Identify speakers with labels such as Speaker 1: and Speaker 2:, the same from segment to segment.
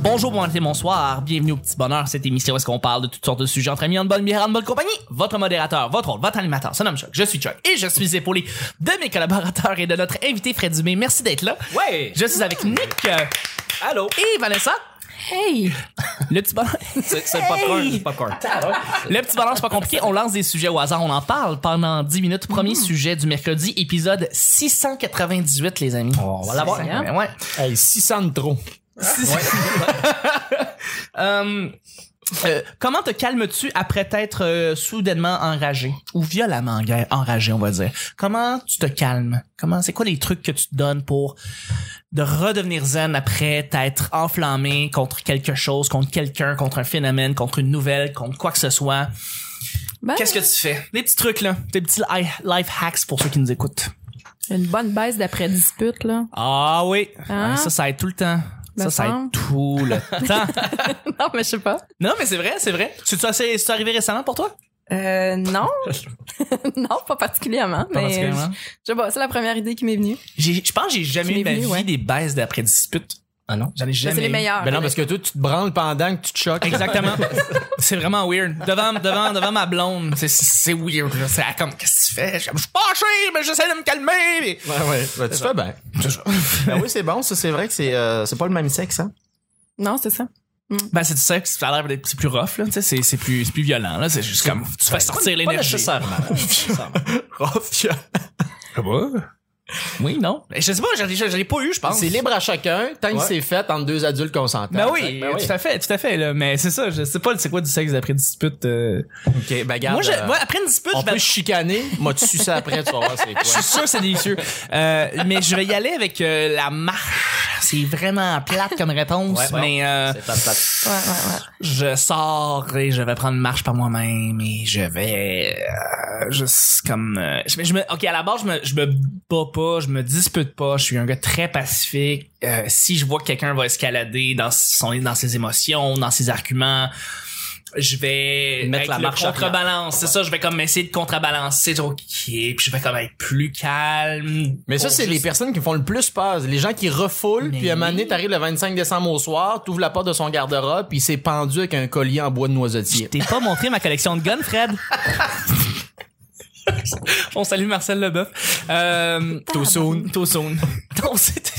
Speaker 1: Bonjour, bon matin, bonsoir. Bienvenue au Petit Bonheur, cette émission où est-ce qu'on parle de toutes sortes de sujets entre amis, en bonne bière, en bonne compagnie. Votre modérateur, votre hôte, votre animateur, son nom Chuck. Je suis Chuck et je suis épaulé de mes collaborateurs et de notre invité Fred Dumé. Merci d'être là.
Speaker 2: Ouais!
Speaker 1: Je suis avec Nick euh,
Speaker 2: Allô?
Speaker 1: et Vanessa.
Speaker 3: Hey!
Speaker 1: Le Petit Bonheur.
Speaker 2: C'est c'est le popcorn, c'est le popcorn.
Speaker 1: Le petit balance, c'est pas compliqué. On lance des sujets au hasard. On en parle pendant 10 minutes. Premier sujet du mercredi, épisode 698, les amis.
Speaker 2: On va l'avoir.
Speaker 1: Ben ouais.
Speaker 4: Hey, 600 de trop.
Speaker 1: Euh, euh, comment te calmes-tu après t'être euh, soudainement enragé ou violemment en guerre- enragé, on va dire? Comment tu te calmes? Comment c'est quoi les trucs que tu te donnes pour de redevenir zen après t'être enflammé contre quelque chose, contre quelqu'un, contre un phénomène, contre une nouvelle, contre quoi que ce soit?
Speaker 3: Ben,
Speaker 1: Qu'est-ce que tu fais? Des petits trucs là, des petits li- life hacks pour ceux qui nous écoutent.
Speaker 3: Une bonne baisse d'après dispute, là.
Speaker 1: Ah oui,
Speaker 3: Hein?
Speaker 1: ça ça aide tout le temps.
Speaker 3: Me
Speaker 1: ça ça aide
Speaker 3: semble.
Speaker 1: tout le temps.
Speaker 3: non, mais je sais pas.
Speaker 1: Non mais c'est vrai, c'est vrai. Tu tu- c'est c'est arrivé récemment pour toi
Speaker 3: Euh, non. non, pas particulièrement. mais
Speaker 1: particulièrement.
Speaker 3: Je, je sais pas, c'est la première idée qui m'est venue.
Speaker 1: J'ai- Je pense que j'ai jamais
Speaker 3: Tu
Speaker 1: eu ma
Speaker 3: l'es
Speaker 1: vie
Speaker 3: vu, ouais.
Speaker 1: des baisses d'après dispute.
Speaker 2: Ah non?
Speaker 1: J'en ai
Speaker 3: Mais
Speaker 1: jamais.
Speaker 3: C'est les
Speaker 1: eu.
Speaker 3: meilleurs.
Speaker 4: Ben non, parce que toi, tu te branles pendant que tu te choques.
Speaker 1: Exactement. c'est vraiment weird. Devant, devant, devant ma blonde, c'est- c'est weird. là. C'est comme qu'est-ce que tu fais Je suis fâché, mais j'essaie de me calmer. mais-
Speaker 4: Ouais, ouais. Ben, tu fais bien.
Speaker 5: Ben oui, c'est bon, ça, c'est vrai que c'est euh, c'est pas le même sexe, hein?
Speaker 3: Non, c'est ça.
Speaker 1: Ben c'est ça, ça a l'air d'être c'est plus rough là. Tu sais, c'est c'est plus, c'est plus violent là. C'est juste comme tu fais sortir
Speaker 2: Pas
Speaker 1: l'énergie.
Speaker 2: nécessairement.
Speaker 1: Oui, non. Mais Ben, Je sais pas, j'en ai- j'en ai pas eu, je pense.
Speaker 4: C'est libre à chacun tant que
Speaker 2: Ouais.
Speaker 4: c'est fait entre deux adultes consentants.
Speaker 1: Ben oui,
Speaker 2: Ben oui.
Speaker 1: tout à fait, tout à fait là. Mais c'est ça, je sais pas, c'est quoi du sexe d'après dispute. euh.
Speaker 4: OK, ben garde.
Speaker 1: Moi, je-
Speaker 4: euh,
Speaker 1: moi, après une dispute,
Speaker 4: on
Speaker 1: je vais-
Speaker 4: peut se chicaner. Moi, tu suces après, tu vas voir c'est
Speaker 1: Je
Speaker 4: quoi.
Speaker 1: suis sûr que c'est délicieux. Euh, mais je vais y aller avec euh, la marche. C'est vraiment plate comme réponse,
Speaker 2: Ouais, ouais.
Speaker 1: mais euh,
Speaker 2: C'est pas plate.
Speaker 3: Ouais, ouais, ouais.
Speaker 1: je sors et je vais prendre une marche par moi-même et je vais euh, juste comme euh, je, je me OK à la base je me je me bats pas, je me dispute pas, je suis un gars très pacifique. Euh, si je vois que quelqu'un va escalader dans son dans ses émotions, dans ses arguments, je vais
Speaker 2: Mettre
Speaker 1: avec
Speaker 2: la
Speaker 1: le
Speaker 2: marche arrière.
Speaker 1: contrebalance, c'est ça, je vais comme essayer de contrebalancer, dire, OK, puis je vais comme être plus calme.
Speaker 4: Mais ça,
Speaker 1: pour
Speaker 4: c'est les
Speaker 1: Oh, juste-
Speaker 4: personnes qui me font le plus peur. Les gens qui refoulent,
Speaker 1: Mais
Speaker 4: puis à un moment
Speaker 1: oui.
Speaker 4: donné, t'arrives le 25 décembre au soir, t'ouvres la porte de son garde-robe, puis il s'est pendu avec un collier en bois de noisetier.
Speaker 1: T'es pas montré ma collection de guns, Fred. On salue Marcel Leboeuf. Euh,
Speaker 3: Too soon.
Speaker 1: Too soon. Non, c'était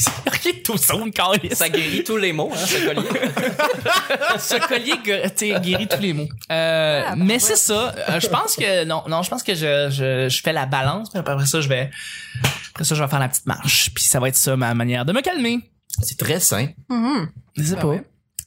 Speaker 1: rien too soon, câlisse.
Speaker 2: Ça guérit tous les mots, hein, ce collier.
Speaker 1: Ce collier gue- t'es guéri tous les mots. Euh,
Speaker 3: Ah, bon,
Speaker 1: mais
Speaker 3: ouais.
Speaker 1: c'est ça. Euh, je pense que non, non, je pense que je, je, je fais la balance. puis Après ça, je vais après ça, je vais faire la petite marche. Puis ça va être ça ma manière de me calmer.
Speaker 4: C'est très sain.
Speaker 3: Mhm.
Speaker 1: Je sais pas.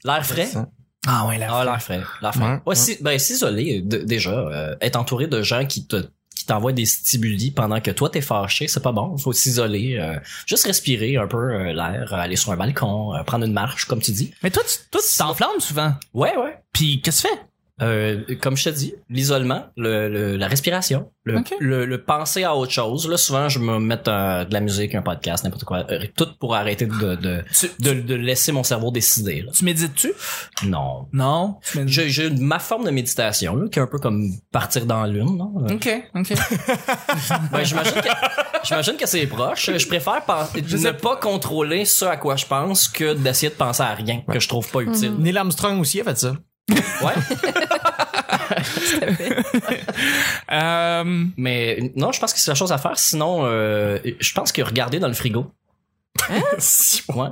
Speaker 2: L'air frais.
Speaker 1: Ben Ah ouais, là.
Speaker 2: Ah, l'air frais. L'air frais.
Speaker 4: Ouais.
Speaker 2: Ouais, si- ben, s'isoler, d- déjà, euh, être entouré de gens qui te qui t'envoient des stimuli pendant que toi t'es fâché, c'est pas bon. Faut s'isoler, euh, juste respirer un peu euh, l'air, aller sur un balcon, euh, prendre une marche, comme tu dis.
Speaker 1: Mais toi, tu toi, tu t'enflammes souvent.
Speaker 2: Ouais, ouais.
Speaker 1: Puis qu'est-ce que tu fais?
Speaker 2: Euh, comme je te dis, l'isolement, le, le- la respiration, le,
Speaker 1: Ok.
Speaker 2: le, le penser à autre chose. Là, souvent, je me mets euh, de la musique, un podcast, n'importe quoi, euh, tout pour arrêter de, de,
Speaker 1: Tu,
Speaker 2: de, de laisser mon cerveau décider. là.
Speaker 1: tu médites-tu?
Speaker 2: Non.
Speaker 1: Non. Tu médites-
Speaker 2: J'ai j'ai ma forme de méditation, là, qui est un peu comme partir dans la lune. Non? Euh,
Speaker 1: Ok, ok.
Speaker 2: Ben, j'imagine que, j'imagine que c'est proche. Je préfère pen- ne pas contrôler ce à quoi je pense que d'essayer de penser à rien que je trouve pas utile.
Speaker 4: Neil Armstrong aussi a fait ça.
Speaker 2: Ouais.
Speaker 1: Euh,
Speaker 2: Mais non, je pense que c'est la chose à faire. Sinon, euh, je pense que regarder dans le frigo.
Speaker 1: Hein?
Speaker 2: Ouais.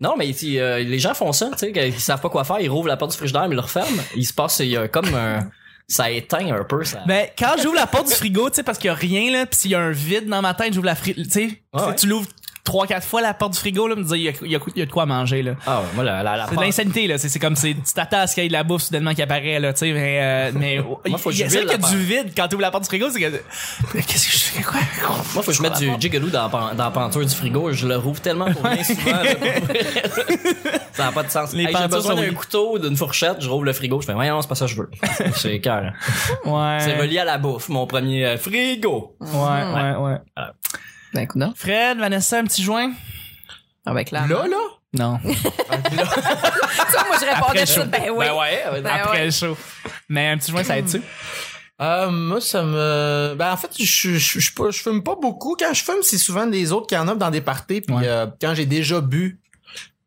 Speaker 2: Non, mais tu- euh, les gens font ça, tu sais, qu'ils savent pas quoi faire, ils rouvrent la porte du frigidaire, mais ils le referment. Il se passe, il y a comme un- ça éteint un peu. Ça...
Speaker 1: Ben, quand j'ouvre la porte du frigo, tu sais, parce qu'il y a rien, là, pis s'il y a un vide dans ma tête, j'ouvre la frigo, tu sais,
Speaker 2: Ah ouais.
Speaker 1: tu l'ouvres trois, quatre fois la porte du frigo, là, me dire, il y a, il y a- il y a de quoi manger, là.
Speaker 2: Ah ouais, moi, la, la, la
Speaker 1: C'est de
Speaker 2: porte-
Speaker 1: l'insanité, là. C'est c'est comme, c'est, tu t'attends à ce qu'il y ait de la bouffe soudainement qui apparaît, là, tu sais, mais, euh, mais,
Speaker 2: Moi, faut que
Speaker 1: il y a-
Speaker 2: je
Speaker 1: c'est
Speaker 2: vide
Speaker 1: vrai qu'il y
Speaker 2: la
Speaker 1: a du vide quand t'ouvres la porte du frigo, c'est que, Mais qu'est-ce que je fais, quoi?
Speaker 2: Moi, faut que je mette du jigaloo dans, la pan- dans la peinture du frigo. Je le rouvre tellement pour rien souvent. là. ça n'a pas de sens.
Speaker 1: Les
Speaker 2: j'ai
Speaker 1: peintures
Speaker 2: besoin
Speaker 1: sont
Speaker 2: d'un
Speaker 1: oui.
Speaker 2: couteau, d'une fourchette. Je rouvre le frigo. Je fais, ouais, non, c'est pas ça que je veux. C'est cœur.
Speaker 1: Ouais.
Speaker 2: C'est relié à la bouffe, mon premier euh, frigo.
Speaker 1: Ouais, ouais, ouais.
Speaker 3: Ben, écoute, non.
Speaker 1: Fred, Vanessa, un petit joint?
Speaker 3: Ah, ben, clairement.
Speaker 4: Là, là?
Speaker 1: Non.
Speaker 3: Tu vois, moi, je répondais tout. Ben oui.
Speaker 2: Ben ouais. ouais.
Speaker 3: Ben
Speaker 1: Après
Speaker 3: ouais.
Speaker 1: le show. Mais un petit joint, ça aide-tu?
Speaker 4: Euh, moi, ça me... Ben, en fait, je, je, je, je pas- je fume pas beaucoup. Quand je fume, c'est souvent des autres qui en ont dans des parties. Puis
Speaker 1: Ouais.
Speaker 4: euh, quand j'ai déjà bu,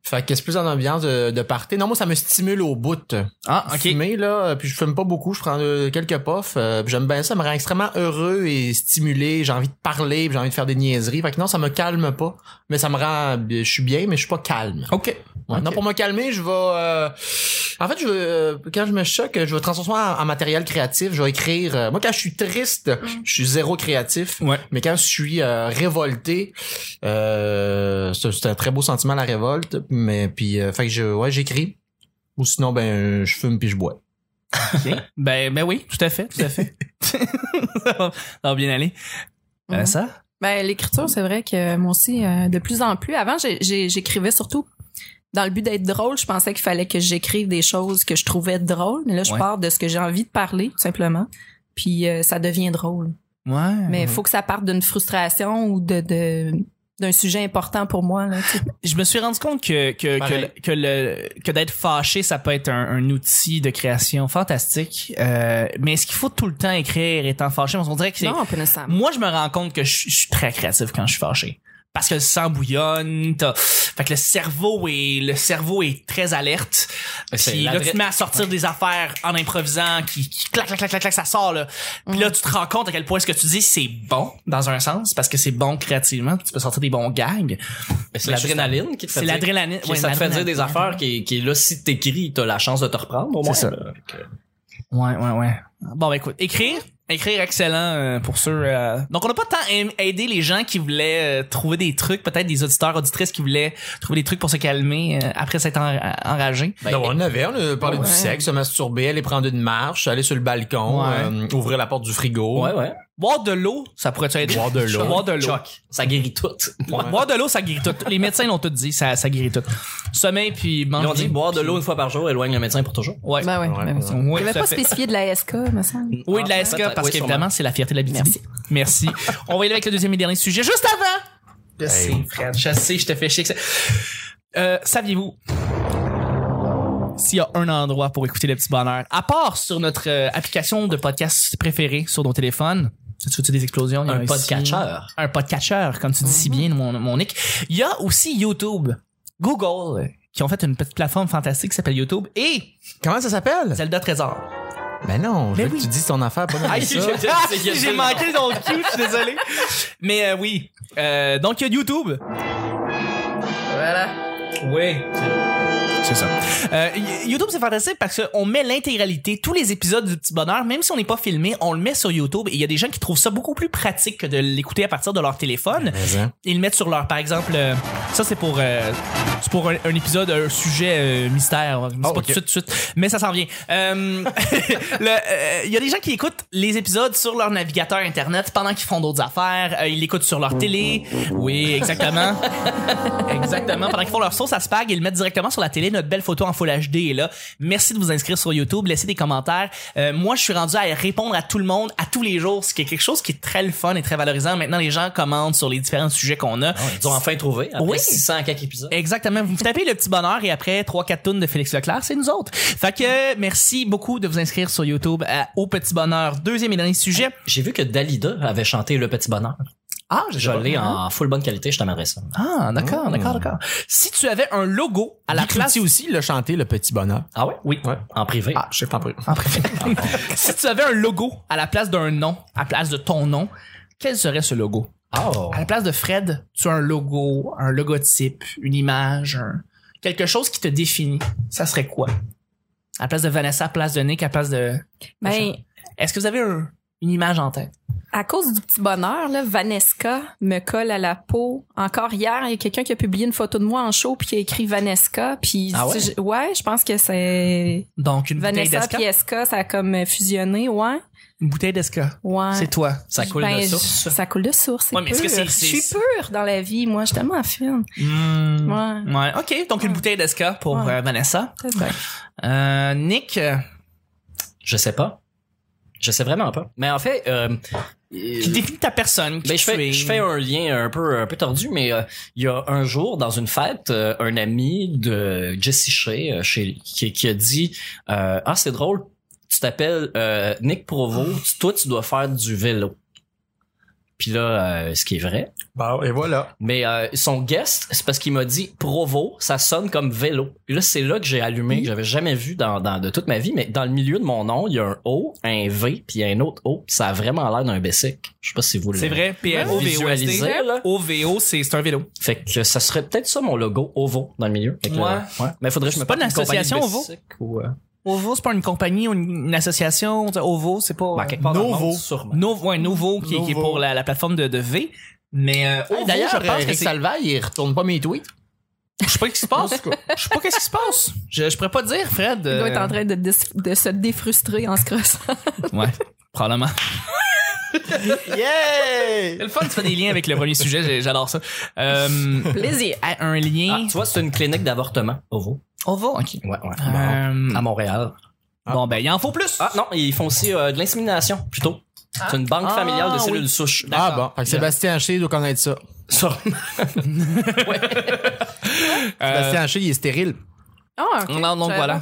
Speaker 4: Fait que c'est plus en ambiance de, de party. Non, moi, ça me stimule au bout.
Speaker 1: Ah, ok.
Speaker 4: Fumer, là, puis je fume pas beaucoup, je prends euh, quelques puffs, euh, puis j'aime bien ça, ça me rend extrêmement heureux et stimulé, j'ai envie de parler, puis j'ai envie de faire des niaiseries. Fait que non, ça me calme pas, mais ça me rend... Je suis bien, mais je suis pas calme.
Speaker 1: Ok.
Speaker 4: Ouais, Non, pour me calmer, je vais... euh, En fait, je vais, euh, quand je me choque, je vais transformer en, en matériel créatif. Je vais écrire... euh, Moi, quand je suis triste, je suis zéro créatif.
Speaker 1: Ouais.
Speaker 4: Mais quand je suis euh, révolté, euh, c'est c'est un très beau sentiment la révolte. Mais puis, euh, fait que je, ouais, j'écris. Ou sinon, ben, je fume puis je bois.
Speaker 1: Ben, ben oui, tout à fait, tout à fait. ça, va, ça va bien aller. Euh,
Speaker 3: Ouais.
Speaker 1: ça?
Speaker 3: Ben, l'écriture, c'est vrai que moi aussi, euh, de plus en plus. Avant, j'ai- j'ai- j'écrivais surtout dans le but d'être drôle. Je pensais qu'il fallait que j'écrive des choses que je trouvais drôles. Mais là, je
Speaker 1: Ouais.
Speaker 3: pars de ce que j'ai envie de parler, tout simplement. Puis euh, ça devient drôle.
Speaker 1: Ouais.
Speaker 3: Mais il faut que ça parte d'une frustration ou de, de d'un sujet important pour moi. Là, tu sais.
Speaker 1: Je me suis rendu compte que, que, que,
Speaker 4: Pareil.
Speaker 1: le- que, le, que d'être fâché, ça peut être un, un outil de création fantastique. Euh, mais est-ce qu'il faut tout le temps écrire étant fâché? On dirait que c'est...
Speaker 3: non, pas nécessairement.
Speaker 1: Moi, je me rends compte que je, je suis très créatif quand je suis fâché. Parce que le sang bouillonne, t'as... Fait que le cerveau est, le cerveau est très alerte.
Speaker 2: C'est
Speaker 1: Puis là,
Speaker 2: l'adresse-
Speaker 1: tu te mets à sortir des affaires en improvisant qui, qui clac, clac, clac, clac, clac, ça sort, là. Puis là, tu te rends compte à quel point ce que tu dis, c'est bon, dans un sens, parce que c'est bon créativement, puis tu peux sortir des bons gags.
Speaker 2: C'est l'adrénaline qui te fait
Speaker 1: C'est
Speaker 2: dire-
Speaker 1: l'adrénaline.
Speaker 2: qui-
Speaker 1: ouais,
Speaker 2: ça te fait dire
Speaker 1: l'adrénaline.
Speaker 2: des affaires qui, qui est là, si t'écris, t'as la chance de te reprendre, au moins.
Speaker 1: C'est ça.
Speaker 2: là. Fait que-
Speaker 1: Ouais, ouais, ouais. Bon, ben écoute, écrire, écrire excellent euh, pour ceux. euh, Donc, on n'a pas tant aim- aidé les gens qui voulaient euh, trouver des trucs, peut-être des auditeurs, auditrices qui voulaient trouver des trucs pour se calmer euh, après s'être en- enragé.
Speaker 2: Ben,
Speaker 4: on avait, on a parlé
Speaker 3: Ouais.
Speaker 4: du sexe, se masturber, aller prendre une marche, aller sur le balcon,
Speaker 1: Ouais.
Speaker 4: euh, ouvrir la porte du frigo.
Speaker 2: Ouais, ouais.
Speaker 1: Boire de l'eau, ça pourrait être.
Speaker 4: Boire de l'eau.
Speaker 1: Boire de l'eau.
Speaker 2: Choc. Ça guérit tout.
Speaker 1: Ouais. Boire de l'eau, ça guérit tout. Les médecins l'ont tout dit, ça, ça guérit tout. Sommeil puis manger.
Speaker 2: Ils ont dit boire de l'eau une fois par jour éloigne le médecin pour toujours.
Speaker 1: Ouais.
Speaker 3: Ben ouais,
Speaker 4: Ouais,
Speaker 3: ben oui.
Speaker 4: ouais.
Speaker 1: Ouais,
Speaker 3: Il avait
Speaker 1: tout à
Speaker 3: pas
Speaker 1: fait.
Speaker 3: spécifié de la SK, me semble.
Speaker 1: Oui, de la
Speaker 2: Ah,
Speaker 1: SK,
Speaker 2: peut-être,
Speaker 1: parce
Speaker 2: oui,
Speaker 1: qu'évidemment, c'est la fierté de la Merci. Merci. On va y aller avec le deuxième et dernier sujet juste avant. Je sais, Fred, je sais, je te fais chier. que ça- Euh, Saviez-vous s'il y a un endroit pour écouter le petit bonheur, à part sur notre euh, application de podcast préférée sur nos téléphones, tu veux des explosions? il y en a
Speaker 2: Un
Speaker 1: ici.
Speaker 2: podcatcher.
Speaker 1: Un podcatcher, comme tu dis si bien, mon, mon Nick. Il y a aussi YouTube, Google, euh, qui ont fait une petite plateforme fantastique qui s'appelle YouTube et
Speaker 4: Comment ça s'appelle?
Speaker 1: Zelda Trésor.
Speaker 4: Ben non, je
Speaker 1: Ben
Speaker 4: veux que
Speaker 1: oui.
Speaker 4: tu dises ton affaire, pas
Speaker 2: Ah,
Speaker 4: mal
Speaker 2: si,
Speaker 4: ça.
Speaker 2: j'ai-
Speaker 1: Ah,
Speaker 2: j'ai-
Speaker 1: si,
Speaker 2: j'ai-
Speaker 1: j'ai manqué ton cue, je suis désolé. Mais euh, oui, Euh, donc il y a YouTube. Voilà. Oui. C'est ça. Euh, y- YouTube, c'est fantastique parce qu'on met l'intégralité, tous les épisodes du Petit Bonheur, même si on n'est pas filmé, on le met sur YouTube et il y a des gens qui trouvent ça beaucoup plus pratique que de l'écouter à partir de leur téléphone.
Speaker 4: Mais, hein.
Speaker 1: Ils le mettent sur leur, par exemple, euh, ça c'est pour, euh, c'est pour un, un épisode, un sujet euh, mystère. C'est pas tout de suite, tout de suite, mais ça s'en vient. Euh, le, euh, Il y a des gens qui écoutent les épisodes sur leur navigateur internet pendant qu'ils font d'autres affaires. Euh, ils l'écoutent sur leur télé. Oui, exactement. exactement. Pendant qu'ils font leur sauce à spag, ils le mettent directement sur la télé. Notre belle photo en full HD est là. Merci de vous inscrire sur YouTube. Laissez des commentaires. Euh, moi, je suis rendu à répondre à tout le monde, à tous les jours, ce qui est quelque chose qui est très le fun et très valorisant. Maintenant, les gens commentent sur les différents sujets qu'on a.
Speaker 2: Ils ont enfin trouvé après
Speaker 1: Oui.
Speaker 2: 600 à quelques épisodes.
Speaker 1: Exactement. Vous tapez le petit bonheur et après 3-4 tonnes de Félix Leclerc, c'est nous autres. Fait que euh, merci beaucoup de vous inscrire sur YouTube à Au Petit Bonheur. Deuxième et dernier sujet.
Speaker 2: J'ai vu que Dalida avait chanté Le Petit Bonheur.
Speaker 1: Ah,
Speaker 2: Je l'ai en full bonne qualité, je t'amènerai ça.
Speaker 1: Ah, d'accord, d'accord, d'accord. Si tu avais un logo à la
Speaker 4: Guy
Speaker 1: place...
Speaker 4: Cloutier aussi le chanter le petit bonheur.
Speaker 2: Ah ouais?
Speaker 1: Oui.
Speaker 2: En privé.
Speaker 4: Ah, je sais pas.
Speaker 1: En bref. si tu avais un logo à la place d'un nom, à la place de ton nom, quel serait ce logo?
Speaker 2: Oh.
Speaker 1: À la place de Fred, tu as un logo, un logotype, une image, un- quelque chose qui te définit. Ça serait quoi? À la place de Vanessa, à la place de Nick, à la place de...
Speaker 3: Ben,
Speaker 1: Est-ce que vous avez un- une image en tête?
Speaker 3: À cause du petit bonheur, là, Vanesca me colle à la peau. Encore hier, il y a quelqu'un qui a publié une photo de moi en show puis qui a écrit Vanesca. Puis
Speaker 2: Ah ouais?
Speaker 3: je, ouais, je pense que c'est
Speaker 1: Donc, une bouteille
Speaker 3: Vanessa
Speaker 1: d'esca.
Speaker 3: puis Esca, ça a comme fusionné, ouais,
Speaker 1: Une bouteille d'esca.
Speaker 3: ouais.
Speaker 1: C'est toi.
Speaker 2: Ça coule
Speaker 3: Ben,
Speaker 2: de
Speaker 3: je-
Speaker 2: source.
Speaker 3: Ça coule de source. c'est
Speaker 1: Ouais, mais est-ce que
Speaker 3: pur.
Speaker 1: c'est-
Speaker 3: Je
Speaker 1: c'est-
Speaker 3: suis pure dans la vie, moi. Je suis tellement fine. Ouais.
Speaker 1: Hmm. Ouais, ok. Donc, une bouteille d'esca pour
Speaker 3: Ouais.
Speaker 1: euh, Vanessa.
Speaker 3: C'est bien.
Speaker 1: Euh, Nick, euh,
Speaker 2: Je sais pas. Je sais vraiment pas. Mais en fait, euh,
Speaker 1: qui
Speaker 2: euh,
Speaker 1: définit ta personne. Qui
Speaker 2: ben, je,
Speaker 1: tu es.
Speaker 2: fais, je fais un lien un peu, un peu tordu, mais euh, il y a un jour, dans une fête, euh, un ami de Jesse Shea euh, chez, qui, qui a dit euh, Ah, c'est drôle, tu t'appelles euh, Nick Provo, tu- toi, tu dois faire du vélo. Puis là, euh, ce qui est vrai.
Speaker 4: Bon, et voilà.
Speaker 2: Mais euh, son guest, c'est parce qu'il m'a dit Provo, ça sonne comme vélo. Et là, c'est là que j'ai allumé, que j'avais jamais vu dans, dans- de toute ma vie, mais dans le milieu de mon nom, il y a un O, un V, puis il y a un autre O, puis ça a vraiment l'air d'un Bessic. Je sais pas si vous le
Speaker 1: C'est vrai,
Speaker 2: visualisez.
Speaker 1: P-R-O-V-O-S-T.
Speaker 2: Là.
Speaker 1: OVO, c'est c'est un vélo.
Speaker 2: Fait que ça serait peut-être ça mon logo, OVO, dans le milieu. Fait que,
Speaker 1: Ouais.
Speaker 2: euh, Mais faudrait que je me
Speaker 1: C'est pas
Speaker 2: porte
Speaker 1: une
Speaker 2: compagnie
Speaker 1: association,
Speaker 2: de
Speaker 1: OVO?
Speaker 2: Bessic ou, euh,
Speaker 1: OVO, c'est pas une compagnie ou une une association. OVO, c'est pas.
Speaker 2: bah, quelque part dans le
Speaker 4: Novo.
Speaker 2: monde, sûrement.
Speaker 1: Novo, ouais, Novo, qui, qui est
Speaker 4: Novo.
Speaker 1: pour la, la plateforme de, de V. Mais euh, Ovo,
Speaker 4: D'ailleurs,
Speaker 1: je pense que
Speaker 4: Eric
Speaker 1: c'est.
Speaker 4: Salvaille, il retourne pas mes tweets.
Speaker 1: Je sais pas ce qui se passe. Je sais pas qu'est-ce qui se passe. Je, je pourrais pas dire, Fred.
Speaker 3: Il doit
Speaker 1: euh,
Speaker 3: être en train de, dé- de se défrustrer en se crossant.
Speaker 1: Ouais, probablement.
Speaker 4: Yeah!
Speaker 1: C'est le fun, tu fais des liens avec le premier sujet, j'ai- j'adore ça. Euh,
Speaker 3: Plaisir.
Speaker 1: à un lien.
Speaker 2: Ah, tu vois, c'est une clinique d'avortement, OVO.
Speaker 1: OVO, ok.
Speaker 2: Ouais, ouais.
Speaker 1: Euh,
Speaker 2: À Montréal.
Speaker 1: Bon, ben, il en faut plus.
Speaker 2: Ah non, ils font aussi euh, de l'insémination, plutôt. C'est une banque
Speaker 1: Ah,
Speaker 2: familiale de
Speaker 1: oui.
Speaker 2: cellules souches.
Speaker 4: Ah bon, fait que Sébastien Haché doit connaître ça.
Speaker 2: Sur-
Speaker 4: Sébastien Haché, il est stérile.
Speaker 3: Ah, ok.
Speaker 1: Non, donc
Speaker 3: J'avais
Speaker 1: voilà.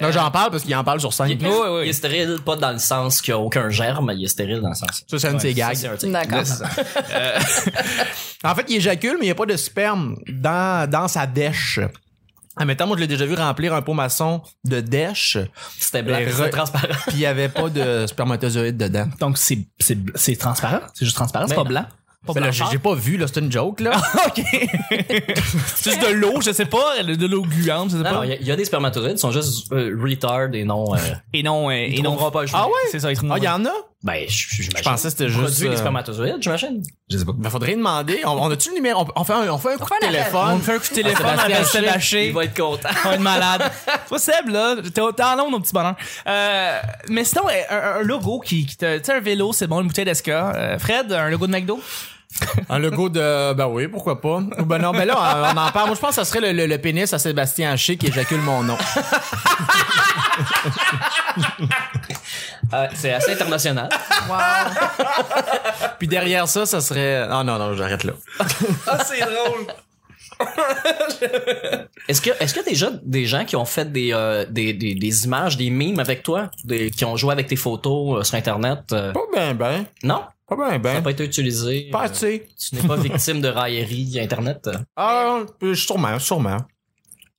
Speaker 4: Là, j'en parle parce qu'il en parle sur scène.
Speaker 2: Il,
Speaker 1: Oui, oui, oui.
Speaker 2: il est stérile, pas dans le sens qu'il n'y a aucun germe, il est stérile dans le sens.
Speaker 4: Ça, c'est un de ses gags.
Speaker 2: Ça, c'est un
Speaker 3: pas.
Speaker 2: tic.
Speaker 3: D'accord.
Speaker 4: En fait, il éjacule, mais il n'y a pas de sperme dans, dans sa dèche. Admettons, moi, je l'ai déjà vu remplir un pot maçon de dèche,
Speaker 2: C'était blanc,
Speaker 4: Et
Speaker 2: c'était
Speaker 4: re-
Speaker 2: transparent.
Speaker 4: puis il n'y avait pas de spermatozoïde dedans.
Speaker 1: Donc, c'est- c'est c'est transparent. C'est juste transparent, c'est
Speaker 2: Ben
Speaker 1: pas blanc. Pas
Speaker 4: Ben là, j'ai
Speaker 1: blanchard.
Speaker 4: j'ai pas vu, là, c'est une joke, là.
Speaker 1: OK. c'est juste de l'eau, je sais pas, de l'eau gluante, je sais
Speaker 2: Non,
Speaker 1: pas.
Speaker 2: non, il y a- il y, a des spermatozoïdes, ils sont juste euh, retard et non. euh,
Speaker 1: Et non, euh, et non.
Speaker 2: trouveront pas, je
Speaker 1: ah
Speaker 2: vous
Speaker 1: ouais? C'est ça, ils trouveront
Speaker 4: Ah, il y en a?
Speaker 2: ben, je
Speaker 4: Je pensais que c'était juste...
Speaker 2: Produit
Speaker 4: euh,
Speaker 2: des spermatozoïdes, j'imagine.
Speaker 4: Je sais pas. Ben, faudrait demander. On, on a-tu le numéro? On, on fait un, on fait un coup
Speaker 3: fait
Speaker 4: de
Speaker 3: un appel.
Speaker 1: On
Speaker 4: téléphone.
Speaker 1: fait un coup de téléphone à Ah, Sébastien Haché.
Speaker 2: Il va être content.
Speaker 1: On va être malade. Toi, Seb, là, t'es au- t'es en long, mon petit bonheur. Euh, mais sinon, euh, un, un logo qui, qui te, tu sais, un vélo, c'est bon, une bouteille d'esca. Euh, Fred, un logo de McDo?
Speaker 4: Un logo Hein, de... Ben oui, pourquoi pas. Ou ben non, ben là, on, on en parle. Moi, je pense que ça serait le, le- le pénis à Sébastien Haché qui éjacule mon nom.
Speaker 2: Euh, c'est assez international.
Speaker 3: Wow.
Speaker 4: Puis derrière ça, ça serait... Ah non, non, j'arrête là.
Speaker 1: Ah, c'est drôle.
Speaker 2: Est-ce que, est-ce que déjà des gens qui ont fait des, euh, des, des, des images, des mimes avec toi, des- qui ont joué avec tes photos euh, sur Internet? euh,
Speaker 4: Pas ben ben.
Speaker 2: Non?
Speaker 4: Pas ben
Speaker 2: Ça n'a
Speaker 4: ben.
Speaker 2: pas été utilisé.
Speaker 4: Pas
Speaker 2: euh,
Speaker 4: assez.
Speaker 2: tu n'es pas victime de raillerie Internet. euh.
Speaker 4: Ah, euh, sûrement, sûrement.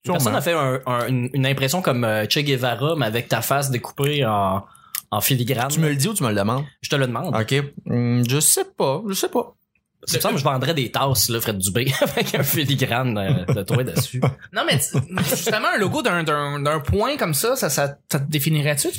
Speaker 2: Personne
Speaker 4: Sûrement.
Speaker 2: n'a fait un- un- une, une impression comme euh, Che Guevara, mais avec ta face découpée en, en filigrane.
Speaker 4: Tu me le dis ou tu me le demandes?
Speaker 2: Je te le demande.
Speaker 4: OK. Hmm, je sais pas, je sais pas.
Speaker 2: C'est ça que je vendrais des tasses, là, Fred Dubé, avec un filigrane euh, de toi dessus.
Speaker 1: Non, mais t- justement, un logo d'un, d'un, d'un point comme ça, ça, ça, ça te définirait-tu?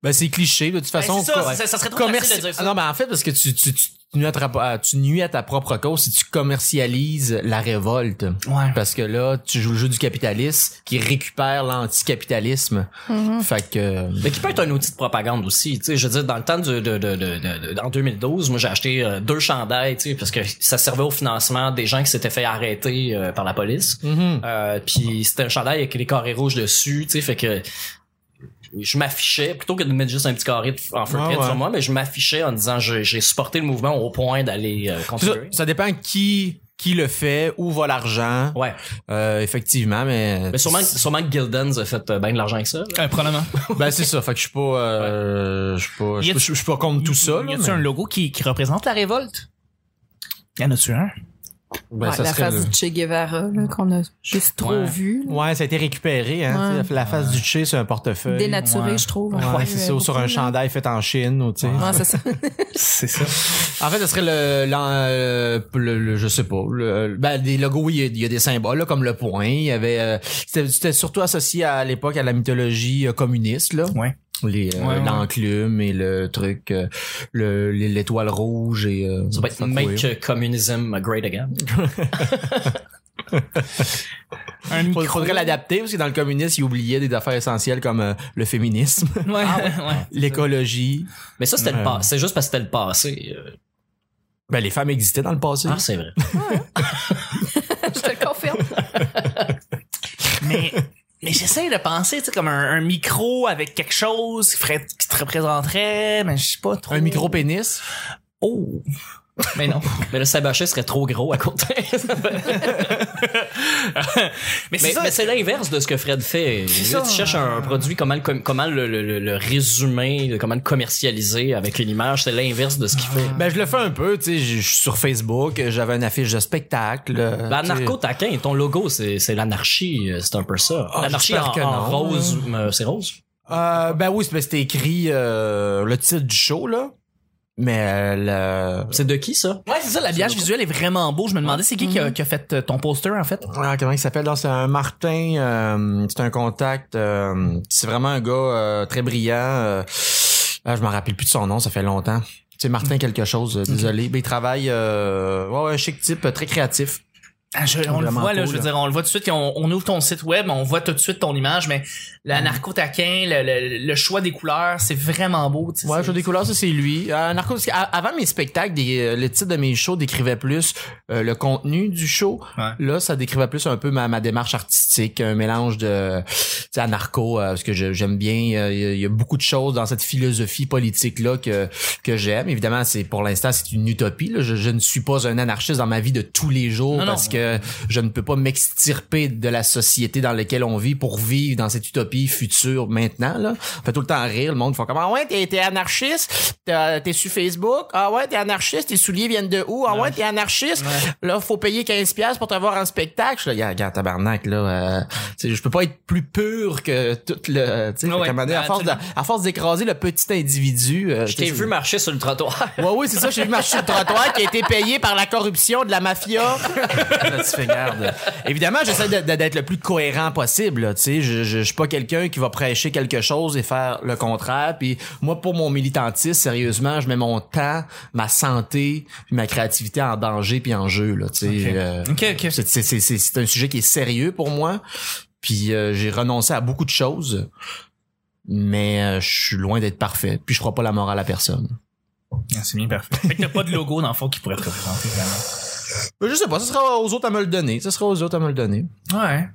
Speaker 4: Ben, c'est cliché, de toute façon.
Speaker 1: Ben, c'est ça,
Speaker 4: co-
Speaker 1: ça- ça serait trop
Speaker 4: commerci-
Speaker 1: facile de dire ça.
Speaker 4: Ah Non, ben, en fait, parce que tu, tu, tu, tu nuis à ta, à- tu nuis à ta propre cause si tu commercialises la révolte.
Speaker 1: Ouais.
Speaker 4: Parce que là, tu joues le jeu du capitaliste qui récupère l'anticapitalisme.
Speaker 3: Mm-hmm.
Speaker 4: Fait que...
Speaker 2: Mais qui peut être un outil de propagande aussi. Tu sais, je veux dire, dans le temps du- de, de, de, de- de- en 2012, moi, j'ai acheté euh, deux chandails, tu sais, parce que ça servait au financement des gens qui s'étaient fait arrêter euh, par la police.
Speaker 1: Ah,
Speaker 4: Mhm.
Speaker 2: Euh, puis c'était un chandail avec les carrés rouges dessus, tu sais, fait que je m'affichais plutôt que de mettre juste un petit carré de- en feu de
Speaker 4: Ouais,
Speaker 2: pit
Speaker 4: ouais.
Speaker 2: sur moi, mais je m'affichais en disant je- j'ai supporté le mouvement au point d'aller euh,
Speaker 4: Ça,
Speaker 2: contribuer.
Speaker 4: ça dépend qui qui le fait, où va l'argent.
Speaker 2: Ouais,
Speaker 4: Euh, effectivement, mais...
Speaker 2: mais sûrement, sûrement que Gildens a fait bien de l'argent avec ça. là.
Speaker 1: Euh, probablement.
Speaker 4: Ben, c'est ça. Fait que je suis pas... euh, je suis pas...
Speaker 1: Y
Speaker 4: Je
Speaker 1: a-
Speaker 4: suis- je suis pas contre tout ça.
Speaker 1: Y
Speaker 4: là,
Speaker 1: a-tu
Speaker 4: mais-
Speaker 1: un logo qui, qui représente la révolte? Y en a-tu un?
Speaker 4: ben,
Speaker 3: Ouais,
Speaker 4: ça
Speaker 3: la
Speaker 4: serait
Speaker 3: face
Speaker 4: le-
Speaker 3: du Che Guevara là, qu'on a juste trop
Speaker 1: Ouais.
Speaker 3: vu. là.
Speaker 4: Ouais, ça a été récupéré, hein.
Speaker 3: Ouais.
Speaker 4: tu sais, La face du Che sur un portefeuille.
Speaker 3: Dénaturé,
Speaker 1: ouais.
Speaker 3: je trouve.
Speaker 4: Ouais,
Speaker 3: On a
Speaker 4: c'est
Speaker 3: vu,
Speaker 4: ça,
Speaker 3: euh,
Speaker 4: ou sur un
Speaker 3: beaucoup, là.
Speaker 4: chandail fait en Chine, ou tu sais.
Speaker 3: Ouais, c'est ça.
Speaker 1: C'est ça.
Speaker 4: En fait, ce serait le, l'en- euh, le, le- je sais pas, le- ben, des logos, oui, il y a- il y, a des symboles, là, comme le point, il y avait, euh, c'était, c'était surtout associé à l'époque à la mythologie euh, communiste, là.
Speaker 1: Ouais.
Speaker 4: Les, euh,
Speaker 1: Ouais, ouais.
Speaker 4: l'enclume et le truc, euh, le, les- l'étoile rouge et, euh,
Speaker 2: Ça va être
Speaker 4: fuck
Speaker 2: Make
Speaker 4: oui.
Speaker 2: Communism Great Again.
Speaker 1: Un
Speaker 4: Faudrait,
Speaker 1: micro.
Speaker 4: faudrait l'adapter parce que dans le communisme, ils oubliaient des affaires essentielles comme euh, le féminisme,
Speaker 1: Ouais, ouais.
Speaker 4: l'écologie.
Speaker 2: Mais ça, c'était le
Speaker 4: Ouais.
Speaker 2: passé. C'est juste parce que c'était le passé. euh.
Speaker 4: Ben, les femmes existaient dans le passé.
Speaker 2: Ah, c'est vrai.
Speaker 3: Je te le confirme.
Speaker 1: mais mais j'essaie de penser tu sais comme un, un micro avec quelque chose qui ferait qui te représenterait mais je sais pas trop
Speaker 4: Un micro pénis.
Speaker 1: oh Mais non.
Speaker 2: Mais le sabachet serait trop gros à côté.
Speaker 1: Mais c'est
Speaker 2: mais
Speaker 1: ça.
Speaker 2: mais c'est l'inverse de ce que Fred fait. Là,
Speaker 1: ça. hein.
Speaker 2: tu cherches un produit, comment le, com- comment le, le- le- le résumer, comment le commercialiser avec une image. C'est l'inverse de ce qu'il fait.
Speaker 4: Ben, je le fais un peu, tu sais, je suis sur Facebook, j'avais une affiche de spectacle. euh,
Speaker 1: Ah,
Speaker 2: Ben,
Speaker 4: tu sais.
Speaker 2: anarcho-taquin, ton logo, c'est c'est l'anarchie, euh, c'est un peu ça.
Speaker 4: Ah,
Speaker 2: l'anarchie
Speaker 4: j'espère
Speaker 2: en,
Speaker 4: que
Speaker 2: en
Speaker 4: non.
Speaker 2: rose,
Speaker 1: hein.
Speaker 2: euh, c'est rose?
Speaker 4: Euh, ben oui, c'est parce que c'était écrit euh, le titre du show, là. Mais euh, le...
Speaker 2: C'est de qui, ça?
Speaker 1: Ouais, c'est ça, l'habillage visuel est vraiment beau. Je me demandais c'est qui qui
Speaker 4: Mhm.
Speaker 1: a, qui a fait euh, ton poster, en fait.
Speaker 4: Ah, comment il s'appelle? là? C'est un Martin, euh, c'est un contact. euh, c'est vraiment un gars euh, très brillant. euh, ah, je me rappelle plus de son nom, ça fait longtemps. C'est Martin quelque chose, euh, désolé. Mais il travaille... Euh, ouais, ouais, un chic type, euh, très créatif.
Speaker 1: Ah, je- on le
Speaker 4: Vraiment
Speaker 1: voit, là,
Speaker 4: cool,
Speaker 1: je veux
Speaker 4: là.
Speaker 1: dire, on le voit tout de suite. On, on ouvre ton site web, on voit tout de suite ton image, mais Mhm. l'anarcho-taquin, le, le- le choix des couleurs, c'est vraiment beau. tu sais,
Speaker 4: Ouais,
Speaker 1: c'est-
Speaker 4: le show des couleurs, ça, c'est lui. Euh, Narcos, parce que, a- avant mes spectacles, des, euh, le titre de mes shows décrivait plus euh, le contenu du show.
Speaker 1: Ouais.
Speaker 4: Là, ça décrivait plus un peu ma, ma démarche artistique, un mélange de tu sais, anarcho, euh, parce que je- j'aime bien, euh, il y, a- il y a beaucoup de choses dans cette philosophie politique-là que, que j'aime. Évidemment, c'est pour l'instant, c'est une utopie. là. Je, je ne suis pas un anarchiste dans ma vie de tous les jours
Speaker 1: Non, non.
Speaker 4: parce que je ne peux pas m'extirper de la société dans laquelle on vit pour vivre dans cette utopie future maintenant. Là. On fait tout le temps rire, le monde fait comme Ah ouais, t'es, t'es anarchiste, t'as- t'es sur Facebook, ah ouais, t'es anarchiste, tes souliers viennent de où? Ah ouais, t'es anarchiste, là, faut payer 15$ pour te voir en spectacle. Je suis là, regarde, tabarnak, là, euh, tu sais, je peux pas être plus pur que tout le. tu sais,
Speaker 1: Ah ouais,
Speaker 4: fait qu'à un moment donné, à, force de- à force d'écraser le petit individu. euh,
Speaker 2: Je
Speaker 4: tu
Speaker 2: t'ai
Speaker 4: sais,
Speaker 2: vu marcher sur le trottoir.
Speaker 4: Ouais, oui, c'est ça, j'ai vu marcher sur le trottoir qui a été payé par la corruption de la mafia. Là, tu fais garde. Évidemment, j'essaie de- de- d'être le plus cohérent possible. là, Tu sais, je, je, je suis pas quelqu'un qui va prêcher quelque chose et faire le contraire. Puis moi, pour mon militantisme, sérieusement, je mets mon temps, ma santé, puis ma créativité en danger puis en jeu. Là, tu sais, euh,
Speaker 1: Ok, ok.
Speaker 4: c'est- c'est- c'est c'est- c'est un sujet qui est sérieux pour moi. Puis euh, j'ai renoncé à beaucoup de choses. Mais euh, je suis loin d'être parfait. Puis je crois pas la morale à personne.
Speaker 1: Ah, C'est bien parfait. Fait que t'as pas de logo dans le fond qui pourrait te représenter vraiment.
Speaker 4: Ben, Je sais pas, ce sera aux autres à me le donner. Ce sera aux autres à me le donner.
Speaker 1: Ouais.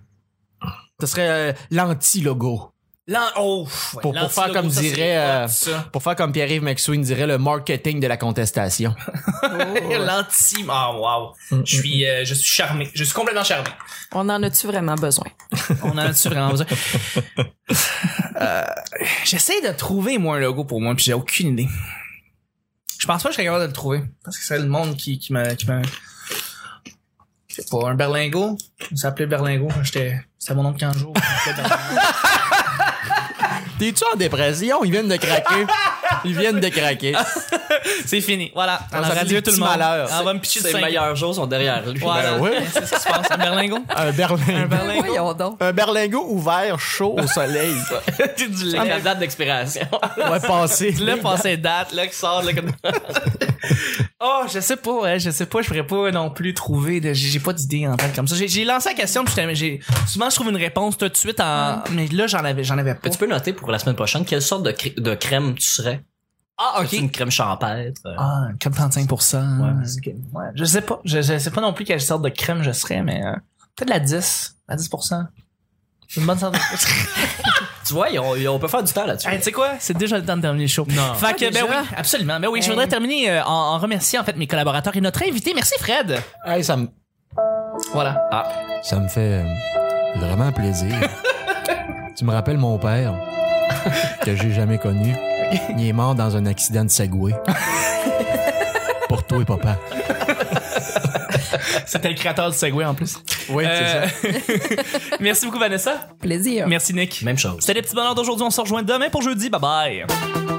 Speaker 4: Ce serait euh, l'anti-logo.
Speaker 1: L'an- oh, ouais,
Speaker 4: Pour- pour
Speaker 1: l'anti-logo,
Speaker 4: faire comme
Speaker 1: ça, c'est
Speaker 4: dirait,
Speaker 1: hot,
Speaker 4: euh,
Speaker 1: ça.
Speaker 4: Pour faire comme Pierre-Yves McSween dirait, le marketing de la contestation.
Speaker 1: Oh, L'anti. Ah, wow. Je suis, euh, je suis charmé. Je suis complètement charmé.
Speaker 3: On en a-tu vraiment besoin?
Speaker 1: On en a-tu vraiment besoin? Euh, J'essaie de trouver, moi, un logo pour moi, puis j'ai aucune idée. Je pense pas que je serais capable de le trouver. Parce que c'est le monde qui, qui m'a. Qui m'a... Je sais pas, un berlingot. On s'appelait berlingot quand j'étais. C'était mon nom de 15 jours. Je m'appelais berlingot.
Speaker 4: T'es-tu en dépression? Ils viennent de craquer. Ils viennent de craquer.
Speaker 1: c'est fini. Voilà. On,
Speaker 4: On
Speaker 1: va
Speaker 4: s'appelle
Speaker 1: dire
Speaker 4: les
Speaker 1: tout le
Speaker 4: petits
Speaker 1: monde. Ah,
Speaker 4: malheurs.
Speaker 1: On va me pitcher de
Speaker 2: Ses
Speaker 1: cinq.
Speaker 2: meilleurs jours sont derrière lui.
Speaker 1: Voilà.
Speaker 4: Ben oui.
Speaker 1: C'est ce qui se passe. Un berlingot.
Speaker 4: Un berlingot.
Speaker 1: Berlingot.
Speaker 3: Voyons donc.
Speaker 4: Un berlingot ouvert, chaud au soleil.
Speaker 1: Tu dis
Speaker 2: Avec
Speaker 1: le-
Speaker 2: la date d'expiration.
Speaker 4: Ouais, passé.
Speaker 1: Tu l'as passé date, là, qui sort, là, comme. oh, je sais pas, ouais, je sais pas, je pourrais pas non plus trouver de, j'ai j'ai pas d'idée en tête comme ça. J'ai- J'ai lancé la question, puis j'étais- j'ai, souvent je trouve une réponse tout de suite en, mais là, j'en avais, j'en avais pas.
Speaker 2: tu peux noter pour la semaine prochaine quelle sorte de, cré- de crème tu serais?
Speaker 1: Ah,
Speaker 2: Es-tu Une crème champêtre? euh,
Speaker 1: Ah, comme 35%. hein.
Speaker 2: Ouais.
Speaker 1: Ok, ouais. Je sais pas, je, je sais pas non plus quelle sorte de crème je serais, mais, euh, peut-être la 10, la 10%. C'est Une bonne sorte de...
Speaker 2: Tu vois, ils ont- ils ont- on peut faire du temps là-dessus.
Speaker 1: Hey, tu sais quoi? C'est déjà le temps de terminer le show.
Speaker 2: Non.
Speaker 1: Fait que,
Speaker 3: Ah,
Speaker 1: ben
Speaker 3: déjà?
Speaker 1: oui, absolument. Ben oui, je voudrais terminer euh, en, en remerciant, en fait, mes collaborateurs et notre invité. Merci, Fred.
Speaker 4: Hey, ça me,
Speaker 1: Voilà.
Speaker 4: ça me fait euh, vraiment plaisir. tu me rappelles mon père, que j'ai jamais connu. Il est mort dans un accident de Segway. Pour toi et papa.
Speaker 1: C'était le créateur du Segway, en plus.
Speaker 4: Oui,
Speaker 1: Euh, merci beaucoup, Vanessa.
Speaker 3: Plaisir.
Speaker 1: Merci, Nick.
Speaker 2: Même chose.
Speaker 1: C'était les petits bonheurs d'aujourd'hui. On se rejoint demain pour jeudi. Bye bye.